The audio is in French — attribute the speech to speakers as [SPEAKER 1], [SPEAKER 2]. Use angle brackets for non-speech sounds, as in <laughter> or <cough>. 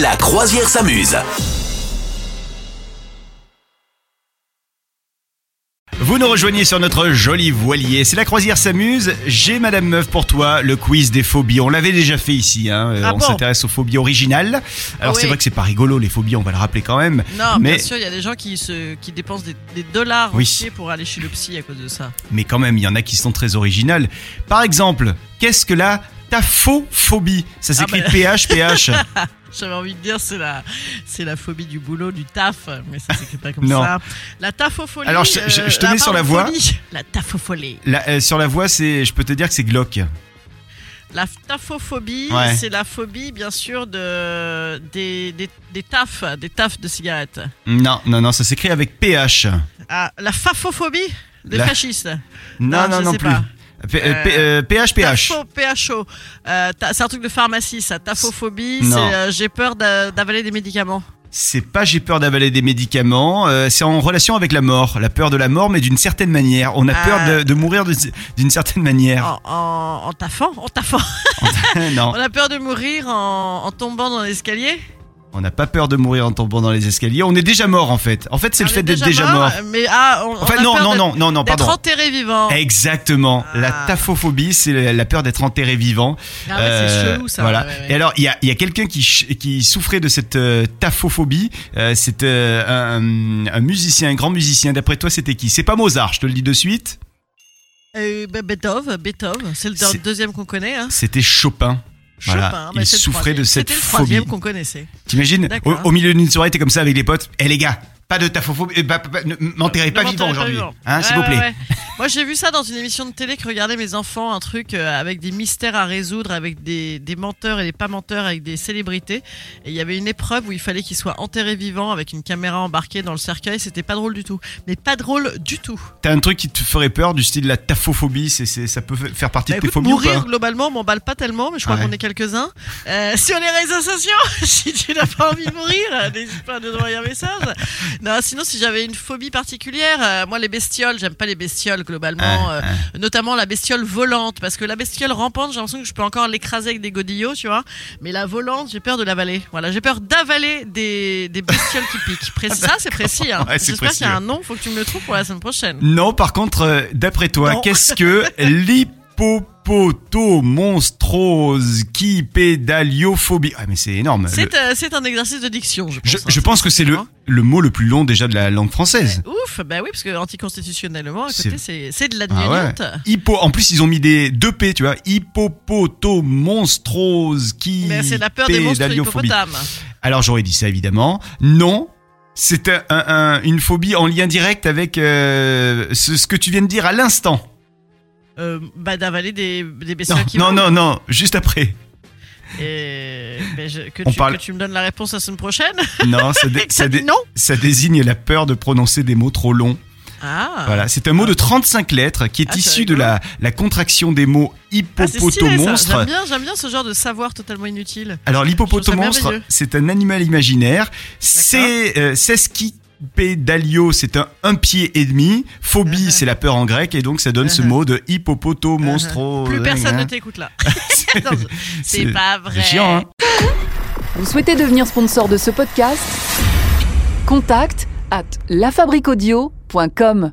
[SPEAKER 1] La croisière s'amuse.
[SPEAKER 2] Vous nous rejoignez sur notre joli voilier. C'est la croisière s'amuse. J'ai Madame Meuf pour toi, le quiz des phobies. On l'avait déjà fait ici. Hein. Euh,
[SPEAKER 3] Ah
[SPEAKER 2] on
[SPEAKER 3] bon
[SPEAKER 2] s'intéresse aux phobies originales. Alors
[SPEAKER 3] Oui.
[SPEAKER 2] c'est vrai que c'est pas rigolo les phobies, on va le rappeler quand même.
[SPEAKER 3] Non,
[SPEAKER 2] mais,
[SPEAKER 3] bien sûr, il y a des gens qui, se, qui dépensent des, des dollars
[SPEAKER 2] Oui.
[SPEAKER 3] entiers pour aller chez le psy à cause de ça.
[SPEAKER 2] mais quand même, il y en a qui sont très originales. Par exemple, qu'est-ce que la taphophobie Ça s'écrit
[SPEAKER 3] bah.
[SPEAKER 2] PH PH.
[SPEAKER 3] <laughs> J'avais envie de dire, c'est la, c'est la phobie du boulot, du taf, mais ça s'écrit pas comme
[SPEAKER 2] Non.
[SPEAKER 3] ça. La tafopholie.
[SPEAKER 2] Alors, je- je- je te mets sur la voie.
[SPEAKER 3] voie. La tafofolie.
[SPEAKER 2] La- euh, sur la voie, c'est, je peux te dire que c'est glauque.
[SPEAKER 3] La tafophobie,
[SPEAKER 2] Ouais.
[SPEAKER 3] c'est la phobie, bien sûr, de, des, des, des tafs, des tafs de cigarettes.
[SPEAKER 2] Non, non, non, ça s'écrit avec PH.
[SPEAKER 3] Ah, la fafophobie des
[SPEAKER 2] La-
[SPEAKER 3] fascistes.
[SPEAKER 2] Non,
[SPEAKER 3] Non,
[SPEAKER 2] non,
[SPEAKER 3] Ah, je
[SPEAKER 2] non
[SPEAKER 3] sais
[SPEAKER 2] plus.
[SPEAKER 3] pas.
[SPEAKER 2] P- euh, P-
[SPEAKER 3] Euh,
[SPEAKER 2] euh, PH PH.
[SPEAKER 3] Tafo, PHO. Euh, ta- c'est un truc de pharmacie, ça. Tafophobie,
[SPEAKER 2] Non.
[SPEAKER 3] c'est euh, j'ai peur d'a- d'avaler des médicaments.
[SPEAKER 2] C'est pas j'ai peur d'avaler des médicaments, euh, c'est en relation avec la mort, la peur de la mort, mais d'une certaine manière. On a
[SPEAKER 3] Ah.
[SPEAKER 2] peur de, de mourir de- d'une certaine manière.
[SPEAKER 3] En, en, en taffant, en taffant.
[SPEAKER 2] <laughs> non,
[SPEAKER 3] On a peur de mourir en, en tombant dans l'escalier.
[SPEAKER 2] on n'a pas peur de mourir en tombant dans les escaliers. On est déjà mort en fait. En fait, c'est le
[SPEAKER 3] Ah, On
[SPEAKER 2] fait
[SPEAKER 3] est
[SPEAKER 2] d'être déjà mort.
[SPEAKER 3] Mais ah, on,
[SPEAKER 2] Enfin,
[SPEAKER 3] on a
[SPEAKER 2] non,
[SPEAKER 3] peur
[SPEAKER 2] non,
[SPEAKER 3] d'être-
[SPEAKER 2] non, non, non,
[SPEAKER 3] d'être
[SPEAKER 2] pardon. Eh,
[SPEAKER 3] enterré vivant.
[SPEAKER 2] Exactement. La
[SPEAKER 3] Ah.
[SPEAKER 2] taphophobie, c'est la- la peur d'être enterré vivant.
[SPEAKER 3] Ah ouais, c'est
[SPEAKER 2] Euh,
[SPEAKER 3] chelou ça.
[SPEAKER 2] Voilà.
[SPEAKER 3] ouais, ouais, ouais.
[SPEAKER 2] Et alors, il y a, il y a quelqu'un qui, ch- qui souffrait de cette euh, taphophobie. Euh, c'est euh, un, un musicien, un grand musicien. D'après toi, c'était qui C'est pas Mozart, je te le dis de suite.
[SPEAKER 3] Euh, bah, Beethoven, Beethoven, c'est le
[SPEAKER 2] C'est-
[SPEAKER 3] deuxième qu'on connaît. Hein.
[SPEAKER 2] C'était Chopin. Voilà.
[SPEAKER 3] Chopin, bah,
[SPEAKER 2] Il
[SPEAKER 3] c'est le
[SPEAKER 2] souffrait de
[SPEAKER 3] troisième.
[SPEAKER 2] cette
[SPEAKER 3] C'était le
[SPEAKER 2] phobie.
[SPEAKER 3] troisième qu'on connaissait.
[SPEAKER 2] T'imagines au,
[SPEAKER 3] D'accord.
[SPEAKER 2] au milieu d'une soirée, t'es comme ça avec les potes. Eh les gars, pas de taphophobie. eh, bah, bah, ne m'enterrez
[SPEAKER 3] Ne
[SPEAKER 2] pas
[SPEAKER 3] m'enterrez
[SPEAKER 2] vivant aujourd'hui.
[SPEAKER 3] vivant.
[SPEAKER 2] Hein,
[SPEAKER 3] Ouais,
[SPEAKER 2] s'il vous
[SPEAKER 3] ouais,
[SPEAKER 2] plaît.
[SPEAKER 3] ouais. Moi, j'ai vu ça dans une émission de télé que regardaient mes enfants, un truc euh, avec des mystères à résoudre, avec des, des menteurs et des pas menteurs, avec des célébrités. Et il y avait une épreuve où il fallait qu'ils soient enterrés vivants avec une caméra embarquée dans le cercueil. C'était pas drôle du tout. Mais pas drôle du tout.
[SPEAKER 2] T'as un truc qui te ferait peur du style la taphophobie. C'est, c'est- ça peut f- faire partie
[SPEAKER 3] Bah,
[SPEAKER 2] de tes
[SPEAKER 3] écoute,
[SPEAKER 2] phobies ou
[SPEAKER 3] mourir,
[SPEAKER 2] pas Ah
[SPEAKER 3] globalement, m'emballe pas tellement, mais je crois
[SPEAKER 2] Ouais.
[SPEAKER 3] qu'on est quelques-uns. Euh, sur les réseaux sociaux, <laughs> si tu n'as pas envie de mourir, euh, n'hésite pas à nous envoyer un message. Non, sinon, si j'avais une phobie particulière, euh, moi, les bestioles, j'aime pas les bestioles,
[SPEAKER 2] Ah,
[SPEAKER 3] globalement. euh, notamment la bestiole volante, parce que la bestiole rampante, j'ai l'impression que je peux encore l'écraser avec des godillots, tu vois. Mais la volante, j'ai peur de l'avaler. Voilà, j'ai peur d'avaler des, des bestioles qui piquent.
[SPEAKER 2] <laughs>
[SPEAKER 3] Pré- ça, c'est précis. Hein.
[SPEAKER 2] Ouais, c'est
[SPEAKER 3] J'espère
[SPEAKER 2] précis,
[SPEAKER 3] qu'il y a un nom, faut que tu me le trouves pour la semaine prochaine.
[SPEAKER 2] Non, par contre, euh, d'après toi,
[SPEAKER 3] Non.
[SPEAKER 2] qu'est-ce que l'hippopotomonstrosquipédaliophobie Ah, mais c'est énorme. Le-
[SPEAKER 3] C'est euh, c'est un exercice de diction, je pense.
[SPEAKER 2] je,
[SPEAKER 3] hein,
[SPEAKER 2] je
[SPEAKER 3] c'est
[SPEAKER 2] pense que c'est le,
[SPEAKER 3] vraiment.
[SPEAKER 2] le mot le plus long déjà de la langue française.
[SPEAKER 3] Ouf, bah oui, parce que anticonstitutionnellement, à
[SPEAKER 2] C'est-
[SPEAKER 3] côté, c'est c'est de la
[SPEAKER 2] Ah ouais.
[SPEAKER 3] nullante.
[SPEAKER 2] Hippo, en plus ils ont mis des deux P, tu vois, hippopotomonstrosquipédaliophobie.
[SPEAKER 3] Mais c'est la peur des monstres hippopotames.
[SPEAKER 2] Alors j'aurais dit ça évidemment. Non, c'est un- un- un- une phobie en lien direct avec euh, ce, ce que tu viens de dire à l'instant.
[SPEAKER 3] Euh, bah d'avaler des, des
[SPEAKER 2] Non,
[SPEAKER 3] bestioles qui
[SPEAKER 2] non,
[SPEAKER 3] volent.
[SPEAKER 2] non, non, juste après.
[SPEAKER 3] Et, ben, je- que,
[SPEAKER 2] On
[SPEAKER 3] tu,
[SPEAKER 2] parle-
[SPEAKER 3] que tu me donnes la réponse la semaine prochaine.
[SPEAKER 2] Non, ça, dé-
[SPEAKER 3] Et que
[SPEAKER 2] ça
[SPEAKER 3] <laughs> ça
[SPEAKER 2] dé-
[SPEAKER 3] dit non.
[SPEAKER 2] ça désigne la peur de prononcer des mots trop longs.
[SPEAKER 3] Ah.
[SPEAKER 2] Voilà, c'est un mot de 35 lettres qui est
[SPEAKER 3] Ah, c'est
[SPEAKER 2] issu de
[SPEAKER 3] rigolo.
[SPEAKER 2] la, la contraction des mots
[SPEAKER 3] Ah, c'est stylé, ça.
[SPEAKER 2] hippopotomonstre.
[SPEAKER 3] J'aime bien, j'aime bien ce genre de savoir totalement inutile.
[SPEAKER 2] Alors
[SPEAKER 3] Je trouve ça
[SPEAKER 2] l'hippopotomonstre,
[SPEAKER 3] merveilleux.
[SPEAKER 2] c'est un animal imaginaire. C'est euh, c'est ce qui pédalio, c'est un, un pied et demi. Phobie,
[SPEAKER 3] Uh-huh.
[SPEAKER 2] c'est la peur en grec, et donc ça donne ce
[SPEAKER 3] Uh-huh.
[SPEAKER 2] mot de hippopotomonstro.
[SPEAKER 3] Plus personne ne
[SPEAKER 2] Hein.
[SPEAKER 3] t'écoute là. <laughs>
[SPEAKER 2] C'est- <laughs>
[SPEAKER 3] Non, C'est pas vrai.
[SPEAKER 2] C'est chiant, hein.
[SPEAKER 4] Vous souhaitez devenir sponsor de ce podcast Contact à lafabriquaudio.com.